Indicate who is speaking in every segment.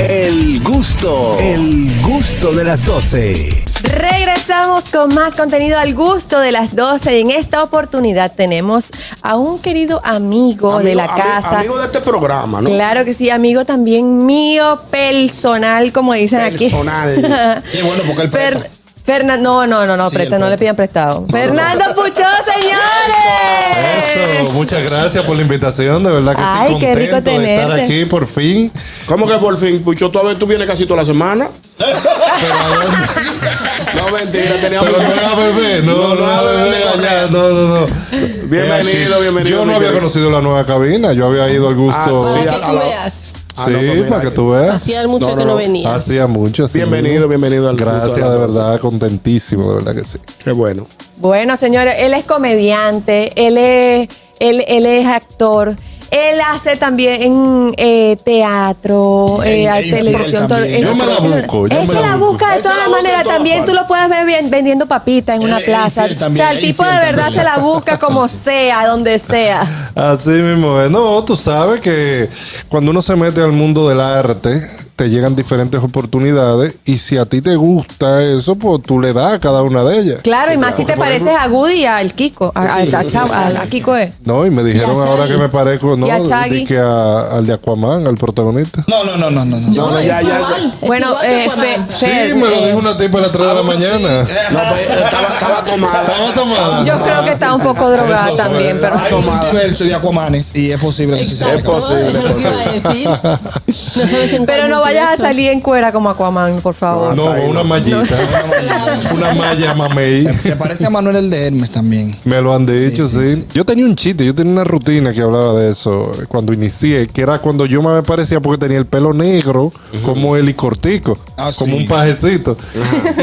Speaker 1: El gusto, el gusto de las 12.
Speaker 2: Regresamos con más contenido al gusto de las 12 y en esta oportunidad tenemos a un querido amigo, de la
Speaker 3: ami-
Speaker 2: casa.
Speaker 3: Amigo de este programa, ¿no?
Speaker 2: Claro que sí, amigo también mío personal, como dicen
Speaker 3: Personal.
Speaker 2: aquí.
Speaker 4: Qué bueno, porque él presta.
Speaker 2: Ferna- no, no, no, no,
Speaker 4: Sí,
Speaker 2: presta,
Speaker 4: él
Speaker 2: no le
Speaker 4: presta.
Speaker 2: pidan prestado. Fernando Puchó, señores.
Speaker 5: Eso, muchas gracias por la invitación, de verdad que
Speaker 2: Ay,
Speaker 5: sí,
Speaker 2: qué
Speaker 5: contento
Speaker 2: rico
Speaker 5: de estar
Speaker 2: tenerte.
Speaker 5: aquí por fin.
Speaker 3: ¿Cómo que por fin, Pucho? Tú, a ver, tú vienes casi toda la semana.
Speaker 5: Pero, ¿a dónde?
Speaker 3: No, mentira, teníamos...
Speaker 5: Pero no era bebé, no, no era bebé allá, no, no, no.
Speaker 3: Bienvenido,
Speaker 5: Aquí.
Speaker 3: bienvenido,
Speaker 5: Yo
Speaker 3: mi
Speaker 5: no había
Speaker 3: querido.
Speaker 5: conocido la nueva cabina, yo había ido al gusto.
Speaker 3: Ah,
Speaker 6: Para
Speaker 3: Sí,
Speaker 6: que
Speaker 3: a- a
Speaker 6: tú
Speaker 3: la-
Speaker 6: veas.
Speaker 3: Ah, no,
Speaker 5: sí,
Speaker 3: pues
Speaker 5: para
Speaker 3: mira
Speaker 5: que
Speaker 3: que-
Speaker 5: tú veas.
Speaker 6: Hacía mucho
Speaker 3: No, no,
Speaker 6: que no,
Speaker 3: no.
Speaker 6: venía.
Speaker 5: Hacía mucho, sí.
Speaker 3: Bienvenido, bienvenido al gusto
Speaker 5: Gracias,
Speaker 3: de la
Speaker 5: de
Speaker 3: doce.
Speaker 5: verdad, contentísimo, de verdad que sí.
Speaker 3: Qué bueno.
Speaker 2: Bueno, señores, él es comediante, él es, él, él es actor. Él hace también eh, teatro,
Speaker 4: En-
Speaker 2: eh,
Speaker 4: en
Speaker 2: a
Speaker 4: film
Speaker 2: televisión. todo-
Speaker 4: también.
Speaker 2: eh,
Speaker 5: Yo me la busco, yo
Speaker 2: Él
Speaker 5: me
Speaker 2: se
Speaker 5: la
Speaker 2: la
Speaker 5: busco.
Speaker 2: busca de
Speaker 3: Él se
Speaker 2: todas
Speaker 3: la
Speaker 2: las
Speaker 3: busca
Speaker 2: maneras.
Speaker 3: en todas
Speaker 2: También tú
Speaker 3: partes.
Speaker 2: lo puedes ver bien- vendiendo papitas en
Speaker 4: Él-
Speaker 2: una
Speaker 4: él
Speaker 2: plaza.
Speaker 4: infiel
Speaker 2: O
Speaker 4: también,
Speaker 2: sea, el
Speaker 4: él
Speaker 2: tipo de
Speaker 4: infiel
Speaker 2: verdad
Speaker 4: también.
Speaker 2: se la busca como
Speaker 4: Sí, sí.
Speaker 2: sea, donde sea.
Speaker 5: Así mismo es. No, tú sabes que cuando uno se mete al mundo del arte, te llegan diferentes oportunidades y si a ti te gusta eso, pues tú le das a cada una de ellas.
Speaker 2: Claro, y más si te
Speaker 5: Por
Speaker 2: pareces
Speaker 5: ejemplo-
Speaker 2: a Woody y al Kiko, a, a- a Chau- a- a Kiko eh.
Speaker 5: No, y me dijeron
Speaker 6: Y a
Speaker 5: ahora
Speaker 6: Shaggy.
Speaker 5: que me parezco, ¿no?
Speaker 2: Y a Shaggy.
Speaker 5: di que a- al de Aquaman, al protagonista.
Speaker 4: No, no, no, no, no. no.
Speaker 3: No, no, ya,
Speaker 6: es
Speaker 3: ya.
Speaker 6: igual, es
Speaker 2: Bueno,
Speaker 6: igual
Speaker 2: eh,
Speaker 6: que por
Speaker 2: Fe-
Speaker 6: danza.
Speaker 5: Sí,
Speaker 2: Fer,
Speaker 5: me lo
Speaker 2: eh,
Speaker 5: dijo una tipa a las 3 de la mañana.
Speaker 3: No, pues, estaba, estaba tomada.
Speaker 5: Estaba tomada.
Speaker 2: Yo creo que está un poco
Speaker 5: Eso
Speaker 2: drogada
Speaker 5: fue.
Speaker 2: también, pero...
Speaker 4: Hay un universo de Aquamanes y es posible que sí sea
Speaker 3: Exacto.
Speaker 4: verdad.
Speaker 3: posible,
Speaker 6: Es lo que iba a decir. No sabes en
Speaker 2: Pero
Speaker 6: cuál
Speaker 2: no vayas a
Speaker 6: multiverso.
Speaker 2: salir en cuera como Aquaman, por favor.
Speaker 5: No,
Speaker 3: Hasta ahí,
Speaker 5: una
Speaker 3: no.
Speaker 5: mallita. una malla mamey.
Speaker 4: Te parece a Manuel el de Hermes también.
Speaker 5: Me lo han dicho, sí,
Speaker 4: Sí, sí, sí.
Speaker 5: Yo tenía un chiste, yo tenía una rutina que hablaba de eso eh, cuando inicié, que era cuando yo me parecía porque tenía el pelo negro, como él y cortico,
Speaker 4: Ah, sí.
Speaker 5: como un pajecito.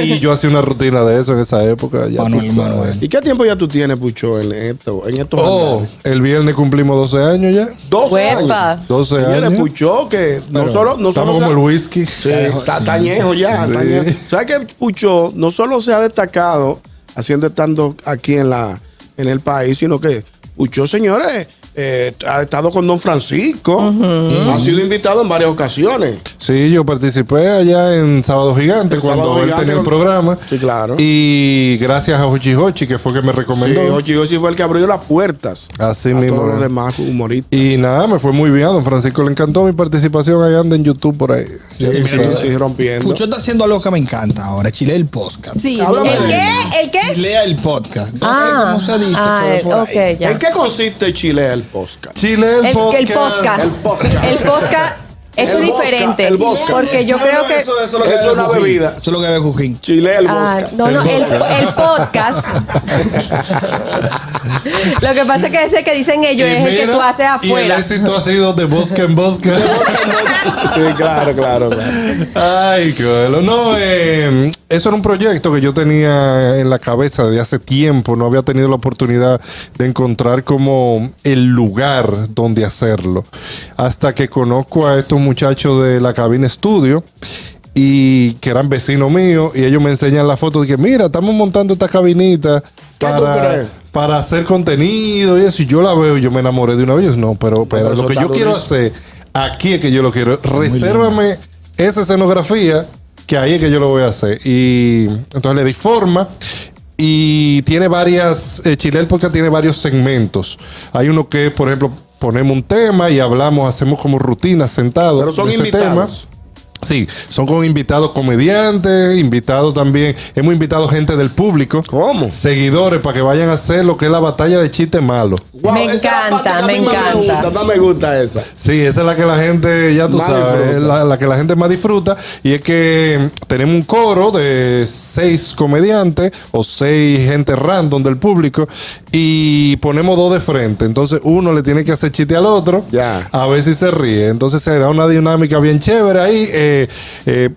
Speaker 5: y yo hacía una rutina de eso en esa época. Ya
Speaker 4: Manuel,
Speaker 5: tú sabes.
Speaker 4: Manuel.
Speaker 3: ¿Y qué tiempo ya tú tienes, Pucho, en, esto, en estos
Speaker 5: Oh,
Speaker 3: andares?
Speaker 5: el viernes cumplimos 12 años ya.
Speaker 3: 12
Speaker 2: Huepa.
Speaker 3: años.
Speaker 5: 12
Speaker 3: Señores,
Speaker 5: años.
Speaker 3: Pucho, que no
Speaker 5: Pero
Speaker 3: solo... No solo
Speaker 5: estamos
Speaker 3: se-
Speaker 5: como el whisky.
Speaker 3: Sí, está está añejo ya. está añejo. ¿Sabes que Pucho no solo se ha destacado haciendo estando aquí en la en el país, sino que Pucho, señores, eh, ha estado con Don Francisco, ha sido invitado en varias ocasiones.
Speaker 5: Sí, yo participé allá en Sábado Gigante
Speaker 3: El
Speaker 5: cuando
Speaker 3: Sábado
Speaker 5: él
Speaker 3: Gigante
Speaker 5: tenía el
Speaker 3: con-
Speaker 5: programa.
Speaker 3: Sí, claro.
Speaker 5: Y gracias a Hochi Hochi, que fue que me
Speaker 3: Sí,
Speaker 5: recomendó.
Speaker 3: Ochi Ochi fue el que abrió las puertas
Speaker 5: Así
Speaker 3: a
Speaker 5: mismo,
Speaker 3: todos los
Speaker 5: ¿eh?
Speaker 3: demás humoristas.
Speaker 5: Y nada, me fue muy bien. A don Francisco le encantó mi participación. Ahí anda en YouTube por ahí.
Speaker 3: Sí, sí,
Speaker 4: mira,
Speaker 3: sí, rompiendo.
Speaker 4: Pucho está haciendo algo que me encanta ahora, chilea el podcast.
Speaker 6: Sí,
Speaker 3: Háblame
Speaker 6: mira,
Speaker 2: ¿El
Speaker 3: de-
Speaker 2: qué? ¿El qué?
Speaker 4: Chilea el podcast. No sé
Speaker 2: Ah.
Speaker 4: cómo se dice,
Speaker 2: Ah,
Speaker 4: pero
Speaker 2: el-
Speaker 4: por ahí.
Speaker 2: ok, ya.
Speaker 3: ¿En qué consiste Chile el podcast?
Speaker 5: Chile el,
Speaker 2: El,
Speaker 5: podcast.
Speaker 2: el podcast.
Speaker 3: El podcast.
Speaker 2: El podcast. Eso es
Speaker 3: El vodka,
Speaker 2: diferente.
Speaker 3: el vodka.
Speaker 2: Porque yo
Speaker 4: No,
Speaker 2: creo
Speaker 4: no,
Speaker 2: que.
Speaker 4: Eso, eso es lo
Speaker 3: Eso
Speaker 4: que
Speaker 3: es
Speaker 4: bebe
Speaker 3: una
Speaker 4: Cujín.
Speaker 3: bebida.
Speaker 4: Eso es lo que bebe Cujín.
Speaker 3: Chile el
Speaker 2: Ah,
Speaker 3: podcast.
Speaker 2: no, no,
Speaker 5: El
Speaker 2: el,
Speaker 5: vodka.
Speaker 2: el podcast. Lo que pasa es que ese que dicen ellos es el que tú haces
Speaker 5: Y el
Speaker 2: afuera.
Speaker 5: éxito ha sido de bosque en bosque.
Speaker 3: Sí, claro, claro. claro.
Speaker 5: Ay, qué bueno. No, eh, eso era un proyecto que yo tenía en la cabeza desde hace tiempo. No había tenido la oportunidad de encontrar como el lugar donde hacerlo. Hasta que conozco a estos muchachos de la cabina estudio. Y que eran vecinos míos, y ellos me enseñan la foto de que, mira, estamos montando esta cabinita
Speaker 3: ¿Qué tú
Speaker 5: para,
Speaker 3: crees?
Speaker 5: para hacer contenido y eso. Y yo la veo, y yo me enamoré de una vez. No, pero, pero
Speaker 3: eso
Speaker 5: lo que
Speaker 3: está
Speaker 5: yo quiero
Speaker 3: durísimo.
Speaker 5: hacer, aquí es que yo lo quiero. Resérvame esa escenografía, que ahí es que yo lo voy a hacer. Y entonces le di forma. Y tiene varias, eh, Chile el Podcast tiene varios segmentos. Hay uno que es, por ejemplo, ponemos un tema y hablamos, hacemos como rutinas sentados.
Speaker 3: Pero son
Speaker 5: de ese
Speaker 3: invitados.
Speaker 5: Sí, son con invitados comediantes, invitados también, hemos invitado gente del público.
Speaker 3: ¿Cómo?
Speaker 5: Seguidores para que vayan a hacer lo que es la batalla de chistes malos.
Speaker 2: Me
Speaker 3: esa es la parte
Speaker 2: encanta,
Speaker 3: que a
Speaker 2: me
Speaker 3: mí más
Speaker 2: encanta.
Speaker 3: gusta, más me gusta esa.
Speaker 5: Sí, esa es la que la gente, ya tú
Speaker 3: Más
Speaker 5: sabes,
Speaker 3: disfruta.
Speaker 5: es la, la que la gente más disfruta. Y es que mm, tenemos un coro de seis comediantes o seis gente random del público y ponemos dos de frente. Entonces uno le tiene que hacer chiste al otro
Speaker 3: Ya.
Speaker 5: a ver si se ríe. Entonces se da una dinámica bien chévere ahí. eh, eh,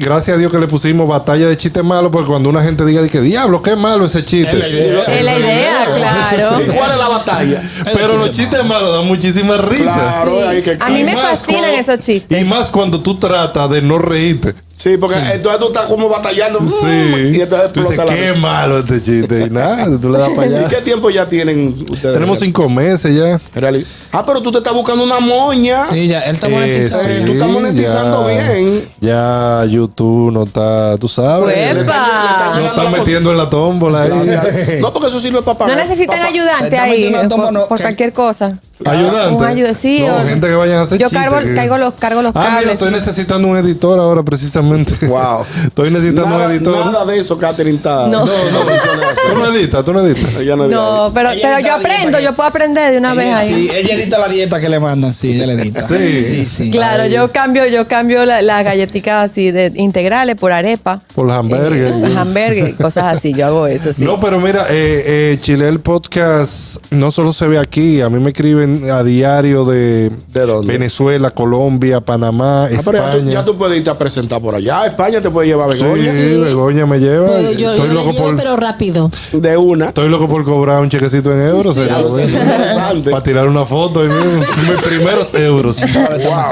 Speaker 5: Gracias a Dios que le pusimos batalla de chistes malos, porque cuando una gente diga, de que diablo, qué malo ese chiste.
Speaker 4: Es la idea.
Speaker 2: Es la idea, claro.
Speaker 3: ¿Y cuál es la batalla?
Speaker 5: Pero los chistes malos dan muchísimas risas.
Speaker 3: Claro, hay que
Speaker 2: A mí
Speaker 5: Y
Speaker 2: me
Speaker 5: más
Speaker 2: fascinan esos chistes.
Speaker 5: Y más cuando tú tratas de no reírte.
Speaker 3: Sí, porque entonces tú estás como batallando. mm,
Speaker 5: Sí.
Speaker 3: Y entonces
Speaker 5: Tú dices,
Speaker 3: explota la-
Speaker 5: qué malo este chiste. Y nada, tú le das para
Speaker 3: ¿Y qué
Speaker 5: allá.
Speaker 3: tiempo ya tienen ustedes?
Speaker 5: Tenemos cinco meses ya.
Speaker 3: Reali- Ah, pero tú te estás buscando una moña.
Speaker 4: Sí, ya, él está monetizado.
Speaker 3: Eh, sí. Tú estás monetizando
Speaker 5: ya.
Speaker 3: bien.
Speaker 5: Ya YouTube no está, tú sabes.
Speaker 3: Le están- le están
Speaker 5: No
Speaker 3: llegando
Speaker 5: están
Speaker 3: la pos-
Speaker 5: metiendo en la tómbola ahí.
Speaker 3: Gracias. No, porque eso sirve para
Speaker 2: No
Speaker 3: pagar.
Speaker 2: necesitan
Speaker 3: para-
Speaker 2: ayudante
Speaker 4: Está
Speaker 2: ahí
Speaker 4: metiendo
Speaker 2: eh,
Speaker 4: un
Speaker 2: por,
Speaker 4: tomo, no,
Speaker 2: por
Speaker 4: que-
Speaker 2: cualquier cosa.
Speaker 5: Ayudante.
Speaker 2: Un ayuda, sí,
Speaker 5: No,
Speaker 2: o-
Speaker 5: gente que vayan a hacer
Speaker 2: Yo
Speaker 5: chistes,
Speaker 2: cargo-
Speaker 5: que-
Speaker 2: cargo los- cargo los
Speaker 5: Ah, mira,
Speaker 2: cables,
Speaker 5: estoy
Speaker 2: sí.
Speaker 5: necesitando un editor ahora precisamente.
Speaker 3: Wow.
Speaker 5: Estoy necesitando
Speaker 3: Nada,
Speaker 5: un editor.
Speaker 3: nada de eso, Catherine, está.
Speaker 2: No.
Speaker 3: no, eso no es
Speaker 5: Tú no editas, tú no editas.
Speaker 3: así. Ella no,
Speaker 2: No, pero,
Speaker 4: Ella
Speaker 2: pero yo
Speaker 4: edita bien,
Speaker 2: aprendo,
Speaker 4: porque-
Speaker 2: yo puedo aprender de una vez
Speaker 4: Ella-
Speaker 2: ahí.
Speaker 4: Sí, ella edita la dieta que le mandan, sí, ella le edita.
Speaker 5: Sí.
Speaker 4: sí. sí.
Speaker 2: Claro, yo cambio, yo cambio la- las galletitas así de integrales por arepa.
Speaker 5: Por los hamburgues.
Speaker 2: Eh, hamburgues, cosas así, yo hago eso, sí.
Speaker 5: No, pero mira, eh, eh, Chile el podcast no solo se ve aquí, a mí me escriben a diario de,
Speaker 3: ¿De dónde?
Speaker 5: Venezuela, Colombia, Panamá,
Speaker 3: Ah, pero ya tú,
Speaker 5: España.
Speaker 3: ya tú puedes irte a presentar por allá. España te puede llevar
Speaker 5: Sí,
Speaker 3: Begoña
Speaker 6: Sí.
Speaker 5: Begoña me lleva.
Speaker 6: Yo, yo-
Speaker 5: estoy,
Speaker 6: yo le
Speaker 5: loco
Speaker 6: llevo,
Speaker 5: por,
Speaker 6: pero rápido.
Speaker 3: de una.
Speaker 5: estoy loco por cobrar un chequecito en euros.
Speaker 6: Sí.
Speaker 5: sería
Speaker 6: Claro,
Speaker 5: bueno.
Speaker 3: sí, interesante.
Speaker 5: Para tirar una foto ahí mismo. Mis primeros euros.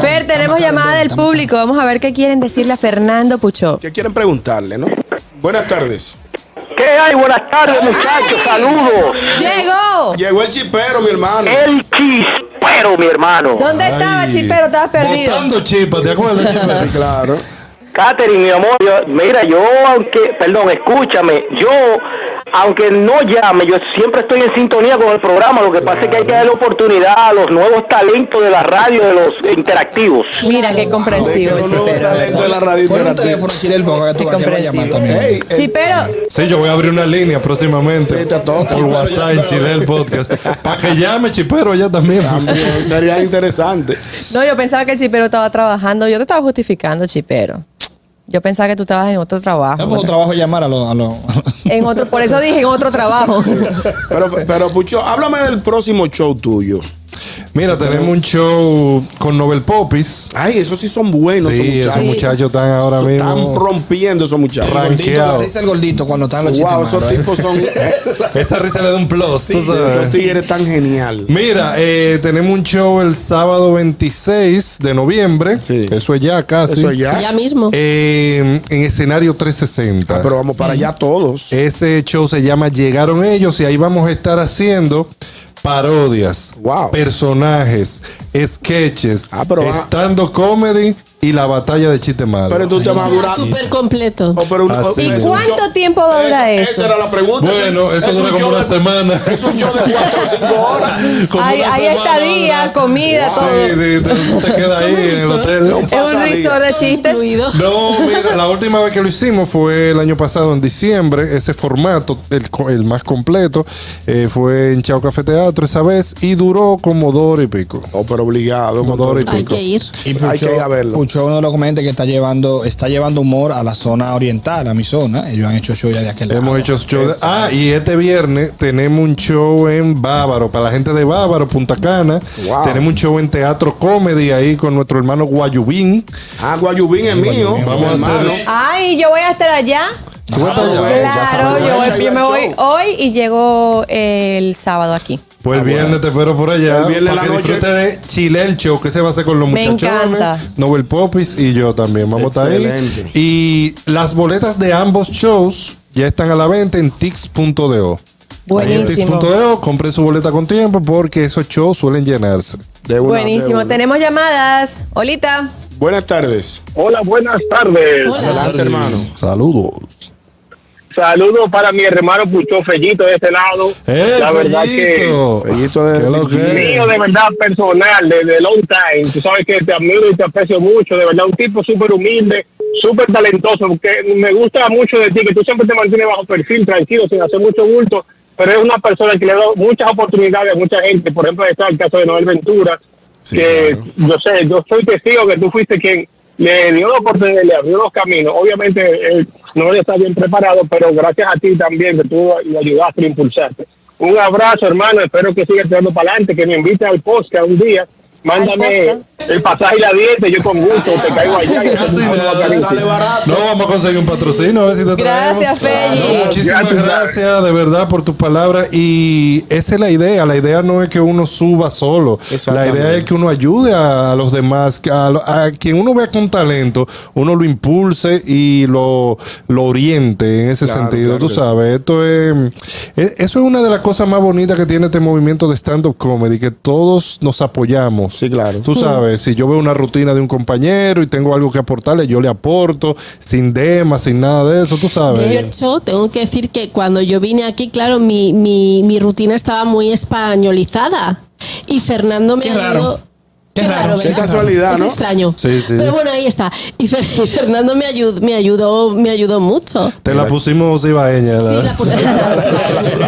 Speaker 2: Fer, tenemos llamada del público. Vamos a ver qué quieren decirle a Fernando Puchó.
Speaker 3: ¿Qué quieren preguntarle, no? Buenas tardes.
Speaker 7: ¿Qué hay? Buenas tardes, muchachos. Saludos.
Speaker 2: ¡Llegó!
Speaker 3: Llegó el chipero, mi hermano.
Speaker 7: El chispero, mi hermano.
Speaker 2: ¿Dónde
Speaker 5: Ay.
Speaker 2: estaba, Chipero? Estabas perdido.
Speaker 5: Botando chipas, Pues, ¿te acuerdas, chipas?
Speaker 3: Sí, claro.
Speaker 7: Katherine, mi amor, yo- mira, yo aunque, perdón, escúchame, yo aunque no llame, yo siempre estoy en sintonía con el programa, lo que pasa es que hay que darle oportunidad a los nuevos talentos de la radio, de los interactivos.
Speaker 2: Mira qué comprensivo,
Speaker 3: Déjenlo,
Speaker 2: Chipero.
Speaker 3: talento de la radio
Speaker 4: Pon un
Speaker 3: interactiva.
Speaker 4: teléfono, Chile, porque tú vas que va a llamar
Speaker 2: comprensivo.
Speaker 4: también.
Speaker 3: Ey, el-
Speaker 2: Chipero,
Speaker 5: Sí, yo voy a abrir una línea próximamente.
Speaker 3: Sí, te toca.
Speaker 5: Por WhatsApp en Chile el podcast. Para que llame Chipero ya también.
Speaker 3: También sería interesante.
Speaker 2: no, yo pensaba que el Chipero estaba trabajando. Yo te estaba justificando, Chipero. Yo pensaba que tú estabas en otro
Speaker 4: Es
Speaker 2: trabajo.
Speaker 4: por trabajo llamar a los. A los-
Speaker 2: En otro, por eso dije en otro trabajo.
Speaker 3: Pero, pero Pucho, háblame del próximo show tuyo.
Speaker 5: Mira, tenemos un show con Nobel Popis.
Speaker 3: Ay, esos sí son buenos,
Speaker 5: sí,
Speaker 3: esos muchachos.
Speaker 5: esos muchachos están ahora
Speaker 3: Están
Speaker 5: mismo.
Speaker 3: rompiendo esos muchachos.
Speaker 5: Ra-
Speaker 4: gordito,
Speaker 5: Ranqueado.
Speaker 4: la risa el gordito cuando están los chistes.
Speaker 3: Wow, esos
Speaker 4: malos, ¿eh?
Speaker 3: tipos son.
Speaker 5: Esa risa le da un plus. tú sabes.
Speaker 3: esos tigres tan genial.
Speaker 5: Mira, eh, tenemos un show el sábado 26 de noviembre.
Speaker 3: Sí.
Speaker 5: Eso es ya casi.
Speaker 3: Eso ya.
Speaker 6: Ya mismo.
Speaker 5: Eh, en escenario 360.
Speaker 3: Ah, pero vamos para allá todos.
Speaker 5: Ese show se llama Llegaron ellos y ahí vamos a estar haciendo parodias,
Speaker 3: Wow.
Speaker 5: personajes, sketches,
Speaker 3: Ah, pero va-
Speaker 5: estando comedy y la batalla de chiste malo.
Speaker 3: pero entonces
Speaker 6: O
Speaker 3: va a
Speaker 6: sea,
Speaker 3: durar.
Speaker 6: Súper completo.
Speaker 3: Oh, pero un- oh,
Speaker 5: Así
Speaker 3: es
Speaker 5: es.
Speaker 3: un
Speaker 2: ¿Cuánto
Speaker 3: show-
Speaker 2: tiempo dura
Speaker 3: Esa-
Speaker 2: eso?
Speaker 3: Esa era la pregunta.
Speaker 5: bueno, eso
Speaker 3: es
Speaker 5: dura
Speaker 3: un
Speaker 5: como
Speaker 3: show
Speaker 5: una
Speaker 3: de-
Speaker 5: semana.
Speaker 3: Es un show de 4 o 5 horas.
Speaker 5: Como
Speaker 2: Hay-
Speaker 5: una
Speaker 2: hay
Speaker 5: semana
Speaker 2: estadía,
Speaker 5: dura.
Speaker 2: comida, todo.
Speaker 5: Sí, sí, te- tú te quedas ahí en el hotel.
Speaker 2: es un risor de
Speaker 6: Todo
Speaker 2: chistes.
Speaker 6: incluido.
Speaker 5: No, mira, la última vez que lo hicimos fue el año pasado, en diciembre. Ese formato, el, co- el más completo, eh, fue en Chao Café Teatro esa vez y duró como dos horas y pico.
Speaker 3: Oh, pero obligado.
Speaker 5: Como
Speaker 3: con
Speaker 5: dos
Speaker 3: todo.
Speaker 5: horas y
Speaker 6: Hay
Speaker 5: pico.
Speaker 6: que ir.
Speaker 4: Y
Speaker 3: Hay que ir a verlo.
Speaker 4: Pucho es uno de los comediantes que está llevando, está llevando humor a la zona oriental, a mi zona. Ellos han hecho show ya de aquel lado.
Speaker 5: Hemos hecho show. de- ah, y este viernes tenemos un show en Bávaro. Para la gente de Bávaro, Punta Cana.
Speaker 3: Wow.
Speaker 5: Tenemos un show en Teatro Comedy ahí con nuestro hermano Guayubín.
Speaker 3: Ah, Guayubín es mío.
Speaker 5: Vamos a
Speaker 3: hermano.
Speaker 5: hacerlo.
Speaker 2: Ay, yo voy a estar allá.
Speaker 5: ¿Tú vas para allá?
Speaker 3: bueno, eh, ya
Speaker 2: Claro,
Speaker 3: sabes,
Speaker 2: yo,
Speaker 3: ya
Speaker 2: voy- yo me
Speaker 3: iba
Speaker 2: voy
Speaker 3: al show.
Speaker 2: hoy y llego el sábado aquí.
Speaker 5: Pues el viernes te espero por allá.
Speaker 3: El viernes
Speaker 5: para
Speaker 3: la
Speaker 5: que
Speaker 3: noche.
Speaker 5: disfrute de Chile el show que se va a hacer con los
Speaker 2: Me
Speaker 5: muchachones.
Speaker 2: encanta.
Speaker 5: Nobel Popis y yo también. Vamos a estar ahí.
Speaker 3: Excelente.
Speaker 5: Y las boletas de ambos shows ya están a la venta en tix.do. Ahí en
Speaker 2: Buenísimo.
Speaker 5: tix.do, compren su boleta con tiempo porque esos shows suelen llenarse.
Speaker 3: De una, de
Speaker 2: Buenísimo.
Speaker 3: una.
Speaker 2: Tenemos llamadas. Olita.
Speaker 3: Buenas tardes.
Speaker 8: Hola, buenas tardes.
Speaker 6: Hola.
Speaker 3: Adelante, hermano.
Speaker 5: Saludos.
Speaker 8: Saludos para mi hermano Pucho Fellito de este lado.
Speaker 5: ¡Eh,
Speaker 8: la verdad
Speaker 5: Fellito! Ah,
Speaker 3: Fellito de-
Speaker 5: ¿Qué lo
Speaker 8: que
Speaker 5: que es?
Speaker 8: mío de verdad personal, desde long time. Tú sabes que te admiro y te aprecio mucho. De verdad, un tipo súper humilde, súper talentoso. Porque me gusta mucho de ti, que tú siempre te mantienes bajo perfil, tranquilo, sin hacer mucho bulto. Pero es una persona que le da muchas oportunidades a mucha gente. Por ejemplo, ahí está el caso de Noel Ventura.
Speaker 3: Sí,
Speaker 8: que
Speaker 3: claro.
Speaker 8: yo sé, yo soy testigo que tú fuiste quien le dio la oportunidad, le abrió los caminos. Obviamente él no está bien preparado, pero gracias a ti también que tú le ayudaste, le impulsaste. Un abrazo, hermano. Espero que sigas tirando para adelante, que me invites al podcast un día Mándame
Speaker 6: costa.
Speaker 8: el pasaje y la dieta, yo con gusto te caigo allá. y
Speaker 5: Así
Speaker 8: vamos a
Speaker 5: es.
Speaker 8: bacanísimo.
Speaker 3: Sale barato.
Speaker 5: No, vamos a conseguir un patrocinio, a ver si te traemos.
Speaker 6: Gracias, Feli.
Speaker 5: Claro, muchísimas
Speaker 8: Gracias.
Speaker 5: gracias, de verdad, por tus palabras. Y esa es la idea. La idea no es que uno suba solo. La
Speaker 3: Exactamente.
Speaker 5: idea es que uno ayude a, los demás. que A, lo- a quien uno vea con talento, uno lo impulse y lo, lo oriente en ese
Speaker 3: Claro,
Speaker 5: sentido.
Speaker 3: claro
Speaker 5: tú
Speaker 3: que sí.
Speaker 5: sabes, esto es, e- Eso es una de las cosas más bonitas que tiene este movimiento de stand-up comedy, que todos nos apoyamos.
Speaker 3: Sí, claro.
Speaker 5: Tú sabes, si yo veo una rutina de un compañero y tengo algo que aportarle, yo le aporto, sin demas, sin nada de eso, tú
Speaker 6: De
Speaker 5: sabes.
Speaker 6: hecho, tengo que decir que cuando yo vine aquí, claro, mi, mi, mi rutina estaba muy españolizada. Y Fernando me
Speaker 4: Qué
Speaker 6: ayudó.
Speaker 4: raro. Qué raro,
Speaker 6: ¿verdad?
Speaker 3: qué casualidad,
Speaker 6: Es
Speaker 3: ¿no?
Speaker 6: extraño.
Speaker 5: Sí, sí.
Speaker 6: Pero bueno, ahí está. Y, Fer- y Fernando me ayudó, me ayudó, me ayudó mucho.
Speaker 5: Te la pusimos ibaeña.
Speaker 6: Sí, la puse-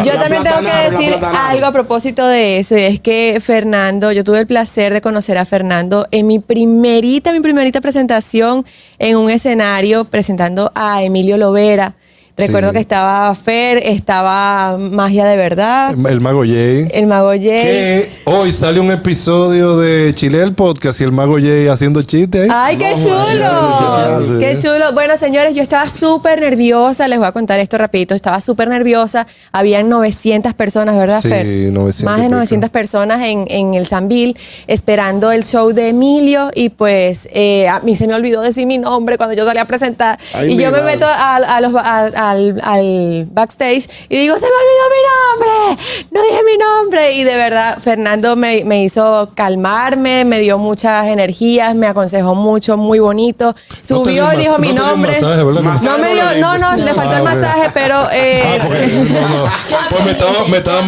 Speaker 2: Yo
Speaker 3: La
Speaker 2: también tengo que
Speaker 3: platanada, la
Speaker 2: decir
Speaker 3: platanada.
Speaker 2: algo a propósito de eso, y es que Fernando, yo tuve el placer de conocer a Fernando en mi primerita, mi primerita presentación en un escenario presentando a Emilio Lovera. Recuerdo
Speaker 5: Sí.
Speaker 2: que estaba Fer, estaba Magia de Verdad,
Speaker 5: El Mago Jay.
Speaker 2: el Mago Jay.
Speaker 5: Que hoy sale un episodio de Chile el Podcast y el Mago Jay haciendo chistes.
Speaker 2: ¡Ay,
Speaker 5: ahí.
Speaker 2: qué
Speaker 5: ya,
Speaker 2: chulo!
Speaker 5: ya.
Speaker 2: ¡Qué chulo! Bueno, señores, yo estaba súper nerviosa. Les voy a contar esto rapidito. Estaba súper nerviosa. Habían 900 personas, ¿verdad,
Speaker 5: Sí,
Speaker 2: Fer?
Speaker 5: 900
Speaker 2: Más
Speaker 5: y
Speaker 2: de
Speaker 5: pico.
Speaker 2: 900 personas en, en el Sambil esperando el show de Emilio. Y pues eh, a mí se me olvidó decir mi nombre cuando yo salí a presentar.
Speaker 3: Ay,
Speaker 2: y yo
Speaker 3: mi
Speaker 2: me
Speaker 3: madre.
Speaker 2: meto a- a los ba- a- al, al backstage y digo, se me olvidó mi nombre, no dije mi nombre. Y de verdad, Fernando me, me hizo calmarme, me dio muchas energías, me aconsejó mucho, muy bonito.
Speaker 5: No te
Speaker 2: Subió,
Speaker 5: dio mas-
Speaker 2: dijo
Speaker 5: no
Speaker 2: mi
Speaker 5: te dio
Speaker 2: nombre.
Speaker 5: masaje, ¿verdad?
Speaker 2: no me dio, no, no, le faltó el
Speaker 5: Ah, ok.
Speaker 2: masaje, pero... eh,
Speaker 5: Ah, porque- no, no. Pues me estaban, me estaban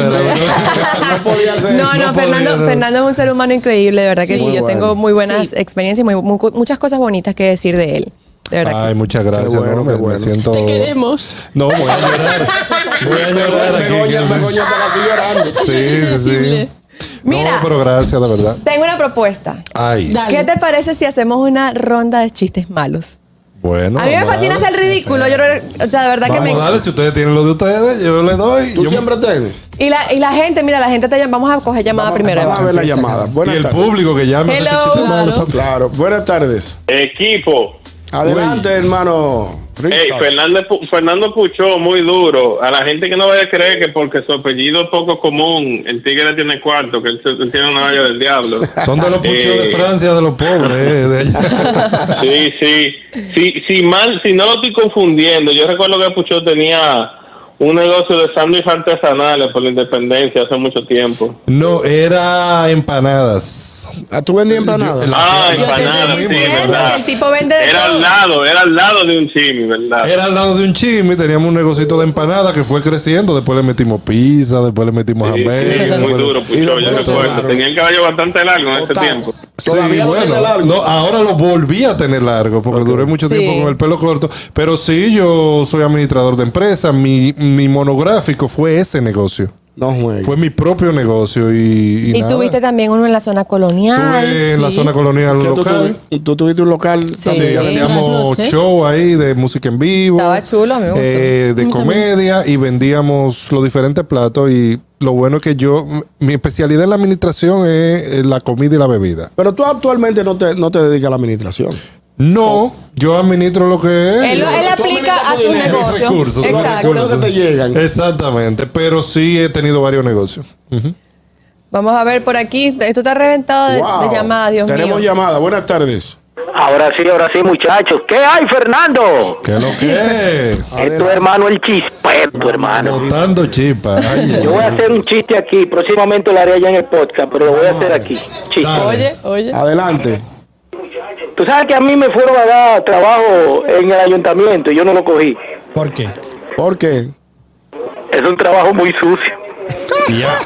Speaker 5: eh.
Speaker 3: No podía ser.
Speaker 2: No, no,
Speaker 5: No podía,
Speaker 2: Fernando,
Speaker 5: no.
Speaker 2: Fernando es un ser humano increíble, de verdad que
Speaker 6: Sí.
Speaker 2: sí.
Speaker 6: Muy
Speaker 2: yo
Speaker 5: bueno.
Speaker 2: tengo muy buenas
Speaker 6: Sí.
Speaker 2: experiencias y muy- muy- muchas cosas bonitas que decir de él. De verdad que
Speaker 5: Ay,
Speaker 2: sí.
Speaker 5: muchas gracias.
Speaker 3: bueno,
Speaker 5: no,
Speaker 3: qué
Speaker 5: me- me
Speaker 3: bueno.
Speaker 5: siento-
Speaker 6: Te queremos.
Speaker 5: No, voy a llorar. Voy a llorar aquí.
Speaker 3: Begoña, Begoña está casi llorando.
Speaker 5: Sí, sí, sí.
Speaker 6: Sensible.
Speaker 5: No,
Speaker 2: Mira.
Speaker 5: pero gracias, de verdad.
Speaker 2: Tengo una propuesta.
Speaker 5: Ay,
Speaker 6: Dale.
Speaker 2: ¿Qué te parece si hacemos una ronda de chistes malos?
Speaker 5: bueno.
Speaker 2: a mí me
Speaker 5: vamos
Speaker 2: fascina
Speaker 5: darle.
Speaker 2: hacer ridículo. Yo, no- o sea, de verdad que
Speaker 5: Vamos
Speaker 2: me.
Speaker 5: a darle, si ustedes tienen lo de ustedes, yo le doy.
Speaker 3: Tú
Speaker 5: Yo-
Speaker 3: siempre tienes.
Speaker 2: Y la, y la gente, mira, la gente te llama. Vamos a coger llamada primero.
Speaker 3: Vamos a ver la llamada.
Speaker 5: y
Speaker 3: Buenas
Speaker 5: el
Speaker 3: tardes.
Speaker 5: público que llame.
Speaker 2: Hello.
Speaker 5: ese chiste malo
Speaker 6: Claro.
Speaker 5: también.
Speaker 3: Claro. Buenas tardes.
Speaker 9: Equipo.
Speaker 3: Adelante, hermano.
Speaker 9: Ey,
Speaker 3: Richard.
Speaker 9: Fernández Pu- Fernando Puchó, muy duro. A la gente que no vaya a creer que porque su apellido es poco común, el tigre tiene cuarto, que él se- él tiene una valla del diablo.
Speaker 5: Son de los puchos de
Speaker 9: Eh.
Speaker 5: Francia, de los pobres. eh, de allá.
Speaker 9: Sí, sí. Si, si mal, si no lo estoy confundiendo, yo recuerdo que Puchó tenía un negocio de sándwiches artesanales por la independencia hace mucho tiempo.
Speaker 5: No, era empanadas.
Speaker 3: Ah, ¿Tú vendías empanadas?
Speaker 9: Ah,
Speaker 5: Yo te estoy
Speaker 9: empanadas, sí,
Speaker 5: diciendo
Speaker 9: verdad.
Speaker 2: que el tipo vende de
Speaker 9: Era
Speaker 2: todo.
Speaker 9: al lado, era al lado de un chimi, ¿verdad?
Speaker 5: Era al lado de un chisme, teníamos un negocito de empanadas que fue creciendo. Después le metimos pizza, después le metimos
Speaker 9: Sí,
Speaker 5: hamburguesas.
Speaker 9: sí, muy
Speaker 5: después-
Speaker 9: duro,
Speaker 3: Y
Speaker 9: Puchó,
Speaker 3: lo
Speaker 9: yo
Speaker 3: puedo
Speaker 9: recuerdo.
Speaker 3: tomar.
Speaker 9: Tenía el caballo bastante largo en ese
Speaker 3: Total.
Speaker 9: tiempo.
Speaker 5: Sí,
Speaker 3: Todavía lo tiene
Speaker 5: bueno,
Speaker 3: largo.
Speaker 5: no, ahora lo volví a tener largo porque duré mucho tiempo
Speaker 2: Sí.
Speaker 5: con el pelo corto. Pero sí, yo soy administrador de empresa. Mi, mi monográfico fue ese negocio.
Speaker 3: No juegues.
Speaker 5: Fue mi propio negocio y.
Speaker 2: Y
Speaker 5: nada.
Speaker 2: tuviste también uno en la zona
Speaker 5: Tuve
Speaker 2: colonial.
Speaker 5: en la
Speaker 6: sí.
Speaker 5: zona colonial un
Speaker 3: ¿Qué tú
Speaker 5: local.
Speaker 3: tuvi- Tú tuviste un local.
Speaker 2: Sí.
Speaker 5: Sí,
Speaker 3: también.
Speaker 5: hacíamos
Speaker 6: Trasnoche.
Speaker 5: show ahí de música en vivo.
Speaker 2: Estaba chulo, a mí me gustó.
Speaker 5: eh, de comedia y vendíamos los diferentes platos. Y lo bueno es que yo, m- mi especialidad en la administración es eh, la comida y la bebida.
Speaker 3: Pero tú actualmente no te, no te dedicas a la administración.
Speaker 5: No, yo administro lo que es.
Speaker 2: Él, él
Speaker 3: Tú
Speaker 2: aplica
Speaker 3: administras
Speaker 2: a
Speaker 3: tu
Speaker 2: sus
Speaker 3: dinero,
Speaker 5: mis
Speaker 2: negocios.
Speaker 5: recursos, son los
Speaker 2: Exacto.
Speaker 5: recursos.
Speaker 3: que te llegan.
Speaker 5: Exactamente, pero sí he tenido varios negocios. Ujú.
Speaker 2: Vamos a ver por aquí. Esto está reventado de,
Speaker 3: Wow.
Speaker 2: de llamadas, Dios
Speaker 3: Tenemos
Speaker 2: mío.
Speaker 3: llamada. Buenas tardes.
Speaker 7: Ahora sí, ahora sí, muchachos. ¿Qué hay, Fernando?
Speaker 5: ¿Qué es lo que es?
Speaker 7: Es tu hermano el chispeto, hermano.
Speaker 5: Botando chipa. Ay, ay,
Speaker 7: Yo voy a
Speaker 5: ay.
Speaker 7: hacer un chiste aquí. Próximamente lo haré allá en el podcast, pero lo voy a hacer aquí. Chiste.
Speaker 5: Dale.
Speaker 2: Oye, oye.
Speaker 3: Adelante.
Speaker 7: Tú sabes que a mí me fueron a dar trabajo en el ayuntamiento y yo no lo cogí.
Speaker 4: ¿Por qué?
Speaker 3: ¿Por qué?
Speaker 7: Es un trabajo muy sucio.
Speaker 5: Ya.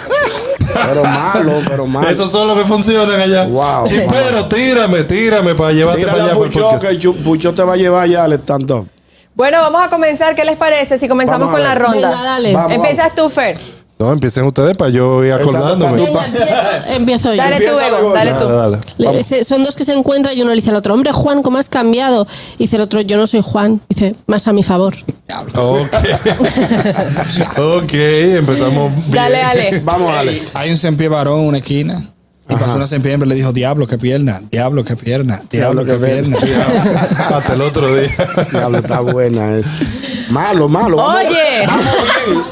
Speaker 3: Pero malo, pero malo.
Speaker 5: Esos son los que funcionan allá.
Speaker 3: Wow.
Speaker 5: Chispero, tírame, tírame para llevarte
Speaker 3: Tírale
Speaker 5: para allá.
Speaker 3: a
Speaker 5: por el
Speaker 3: Pucho,
Speaker 5: podcast.
Speaker 3: que Chu- Pucho te va a llevar ya al stand-up.
Speaker 2: Bueno, vamos a comenzar. ¿Qué les parece si comenzamos
Speaker 3: Vamos a
Speaker 2: con la
Speaker 3: ver.
Speaker 2: ronda?
Speaker 6: Venga, dale.
Speaker 3: Vamos,
Speaker 2: Empiezas tú, Fer.
Speaker 5: No, empiecen ustedes para yo ir
Speaker 3: Exacto,
Speaker 5: acordándome.
Speaker 3: tanto.
Speaker 6: Venga, empiezo, empiezo yo.
Speaker 2: Dale tú,
Speaker 3: Empieza,
Speaker 2: Bego.
Speaker 3: Begoña.
Speaker 2: Dale
Speaker 5: Dale,
Speaker 2: tú.
Speaker 5: dale.
Speaker 6: Le- se- son dos que se encuentran y uno le dice al otro, hombre, Juan, ¿cómo has cambiado? Y dice el otro, yo no soy Juan. Dice, más a mi favor.
Speaker 5: Ok. ok, empezamos. bien.
Speaker 2: Dale, dale.
Speaker 3: Vamos, Alex.
Speaker 4: Hay un pie varón en una esquina. Y pasó una septiembre y le dijo, diablo, qué pierna, diablo, qué pierna, diablo, qué pierna.
Speaker 5: Hasta el otro día.
Speaker 3: Diablo, está buena esa. Malo, malo. vamos-
Speaker 2: Oye.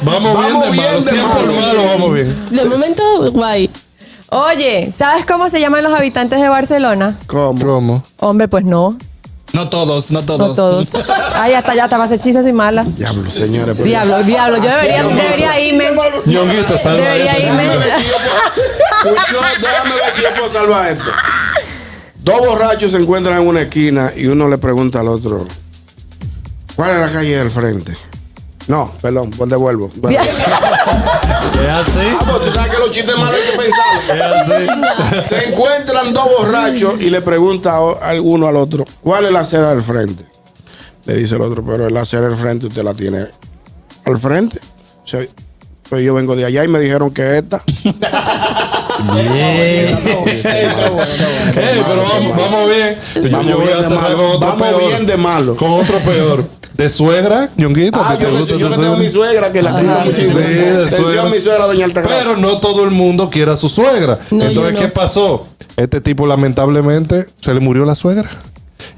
Speaker 5: Vamos, bien, de malo.
Speaker 3: de
Speaker 5: Siempre
Speaker 3: malo.
Speaker 5: por malo, vamos bien.
Speaker 6: De momento, guay.
Speaker 2: Oye, ¿sabes cómo se llaman los habitantes de Barcelona?
Speaker 3: ¿Cómo?
Speaker 5: Promo.
Speaker 2: Hombre, pues no,
Speaker 4: No todos, no todos.
Speaker 2: no todos. Ay, hasta allá, estaba ese chiste, soy mala.
Speaker 3: Diablo, señores. pero-
Speaker 2: Diablo, diablo, yo debería, debería irme.
Speaker 5: Ñonguito, salva
Speaker 2: Debería
Speaker 5: esto,
Speaker 2: irme.
Speaker 5: Ñonguito.
Speaker 3: Pucho, déjame ver si yo puedo salvar esto. Dos borrachos se encuentran en una esquina y uno le pregunta al otro, ¿cuál es la calle del frente? No, perdón, pues devuelvo. Bueno.
Speaker 5: Es así.
Speaker 3: Ah, pues tú sabes que los chistes malos hay que pensarlos. Se encuentran dos borrachos y le pregunta a- al uno al otro, ¿cuál es la acera del frente? Le dice el otro, pero la acera del frente usted la tiene al frente. O sea, pues yo vengo de allá y me dijeron que esta.
Speaker 5: Ey, Eh, pero vamos, vamos bien. Yo- Yo,
Speaker 3: Vamos
Speaker 5: voy
Speaker 3: bien
Speaker 5: a
Speaker 3: de
Speaker 5: cerrar
Speaker 3: malo.
Speaker 5: con otro
Speaker 3: Vamos
Speaker 5: peor.
Speaker 3: bien de malo.
Speaker 5: Con otro peor. De suegra, Ñonguito.
Speaker 3: Ah,
Speaker 5: ¿te- te
Speaker 3: yo,
Speaker 5: gusta
Speaker 3: yo
Speaker 5: tu
Speaker 3: que tengo a mi
Speaker 5: suegra?
Speaker 3: suegra que la cuida
Speaker 5: Sí,
Speaker 3: muchísimo.
Speaker 5: de
Speaker 3: Atención,
Speaker 5: suegra.
Speaker 3: mi suegra, doña Altagracia.
Speaker 5: Pero no todo el mundo quiere a su suegra.
Speaker 6: No,
Speaker 5: Entonces,
Speaker 6: yo no.
Speaker 5: ¿qué pasó? Este tipo lamentablemente se le murió la suegra.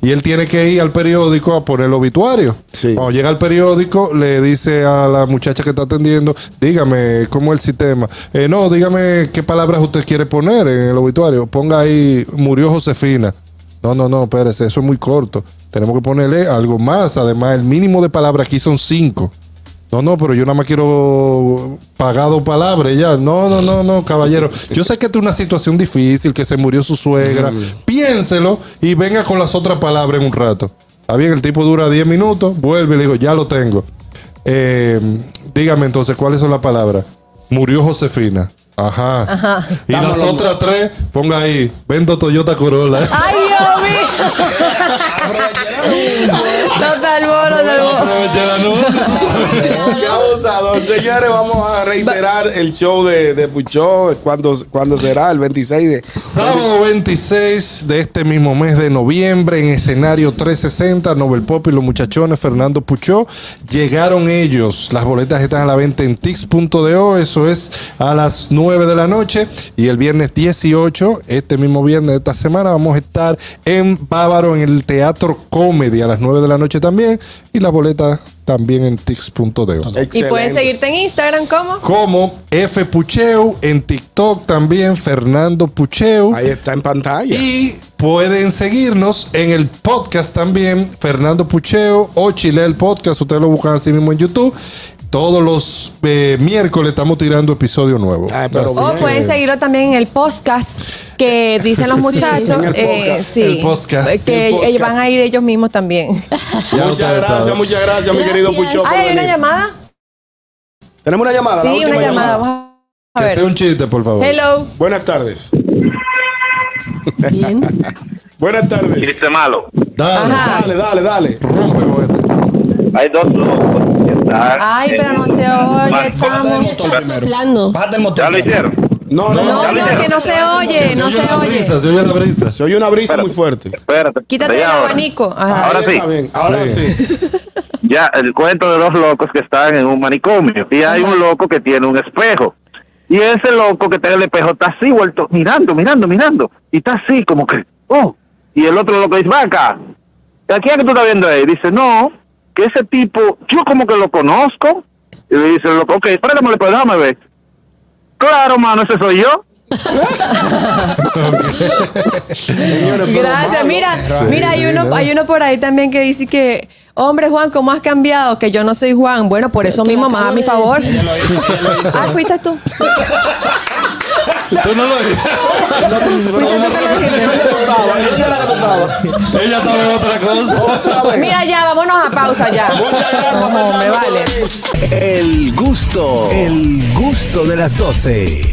Speaker 5: Y él tiene que ir al periódico a poner el obituario.
Speaker 3: Sí.
Speaker 5: Cuando llega al periódico, le dice a la muchacha que está atendiendo, dígame cómo es el sistema. Eh, no, dígame qué palabras usted quiere poner en el obituario. Ponga ahí, murió Josefina. No, no, no, espérese, eso es muy corto. Tenemos que ponerle algo más. Además, el mínimo de palabras aquí son cinco. No, no, pero yo nada más quiero pagado palabra y ya. No, no, no, no, caballero. Yo sé que esta es una situación difícil, que se murió su suegra. Piénselo y venga con las otras palabras en un rato. Está bien, el tipo dura 10 minutos, vuelve y le digo, ya lo tengo. Eh, dígame entonces, ¿cuáles son las palabras? Murió Josefina. Ajá. Y las otras tres, ponga ahí, vendo Toyota Corolla.
Speaker 2: Ay, Dios mío.
Speaker 3: ¿eh?
Speaker 2: Lo salvó, lo salvó.
Speaker 5: Aproveché el anuncio.
Speaker 3: Qué abusador. Señores, vamos a reiterar el show de, de Puchó. ¿Cuándo, cuándo será? El 26 de.
Speaker 5: Sábado 26 de este mismo mes de noviembre en escenario 360, Nobel Pop y los muchachones Fernando Puchó. Llegaron ellos. Las boletas están a la venta en tix.do, eso es a las 9 de la noche. Y el viernes 18, este mismo viernes de esta semana, vamos a estar en Bávaro en el Teatro Comedy a las 9 de la noche también. Y las boletas también en tix.do.
Speaker 2: Y pueden
Speaker 3: Excelente.
Speaker 2: seguirte en Instagram, ¿cómo?
Speaker 5: Como F Pucheu, en TikTok también, Fernando Pucheu.
Speaker 3: Ahí está en pantalla.
Speaker 5: Y pueden seguirnos en el podcast también, Fernando Pucheo o Chile el Podcast. Ustedes lo buscan así mismo en YouTube. Todos los eh, miércoles estamos tirando episodio nuevo.
Speaker 3: Ah, pero
Speaker 5: Así
Speaker 2: O
Speaker 3: Sí.
Speaker 2: pueden seguirlo también en el podcast que dicen los muchachos.
Speaker 3: En el
Speaker 2: eh,
Speaker 3: podcast.
Speaker 2: sí. Eh,
Speaker 5: El podcast.
Speaker 2: Que
Speaker 3: El podcast.
Speaker 2: ellos van a ir ellos mismos también.
Speaker 5: ya
Speaker 3: muchas
Speaker 5: ustedes
Speaker 3: gracias,
Speaker 5: saben.
Speaker 3: muchas gracias, mi querido
Speaker 6: Gracias.
Speaker 3: Puchó. por
Speaker 2: Ah, ¿hay una
Speaker 3: venir.
Speaker 2: llamada?
Speaker 3: Tenemos una llamada. la
Speaker 2: Sí,
Speaker 3: última
Speaker 2: una llamada. Vamos a
Speaker 5: Que sea
Speaker 2: ver.
Speaker 5: un chiste, por favor.
Speaker 2: Hello.
Speaker 3: Buenas tardes.
Speaker 6: Bien.
Speaker 3: Buenas tardes.
Speaker 7: Chiste malo.
Speaker 5: Dale,
Speaker 2: Ajá.
Speaker 3: Dale, dale, dale.
Speaker 5: rompe con este.
Speaker 7: Hay dos locos que están
Speaker 2: Ay,
Speaker 7: en
Speaker 2: pero no
Speaker 7: un-
Speaker 2: se
Speaker 3: Ah,
Speaker 2: oye,
Speaker 7: Bájate
Speaker 2: chamo.
Speaker 6: Está soplando.
Speaker 4: Bájate el motor.
Speaker 7: Ya lo hicieron.
Speaker 3: No, no,
Speaker 2: No, no,
Speaker 3: ah,
Speaker 2: que no se oye, no se
Speaker 5: la
Speaker 2: oye.
Speaker 5: brisa, se oye la brisa.
Speaker 3: Se oye una brisa muy fuerte.
Speaker 7: Espérate.
Speaker 2: Quítate
Speaker 7: Ahí
Speaker 2: el
Speaker 7: ahora.
Speaker 2: abanico. Ajá.
Speaker 7: Ahora
Speaker 3: Ahí
Speaker 7: sí.
Speaker 3: está bien, Ahora sí.
Speaker 7: Ya, el cuento de los locos que están en un manicomio. Y hay un loco que tiene un espejo. Y ese loco que tiene el espejo está así, vuelto, mirando, mirando, mirando. Y está así, como que, oh. Y el otro loco dice, va acá. ¿A quién es que tú estás viendo ahí? Dice, no, que ese tipo, yo como que lo conozco. Y le dice el loco, ok, espérate, me lo déjame ver. Claro, mano, ese soy yo.
Speaker 2: Gracias. Mira, mira, hay uno, hay uno por ahí también que dice que, hombre Juan, ¿cómo has cambiado? Que yo no soy Juan. Bueno, por eso
Speaker 6: te lo
Speaker 2: mismo, más a
Speaker 6: acabo
Speaker 2: mi
Speaker 6: de
Speaker 2: favor.
Speaker 6: decir. Ya
Speaker 2: Ah, fuiste tú.
Speaker 5: Tú no lo oyes.
Speaker 2: Fuiste tú que lo dijiste.
Speaker 5: Ella estaba en otra cosa.
Speaker 2: Mira ya, vámonos a pausa ya. No, me vale.
Speaker 1: El gusto, el gusto de las 12.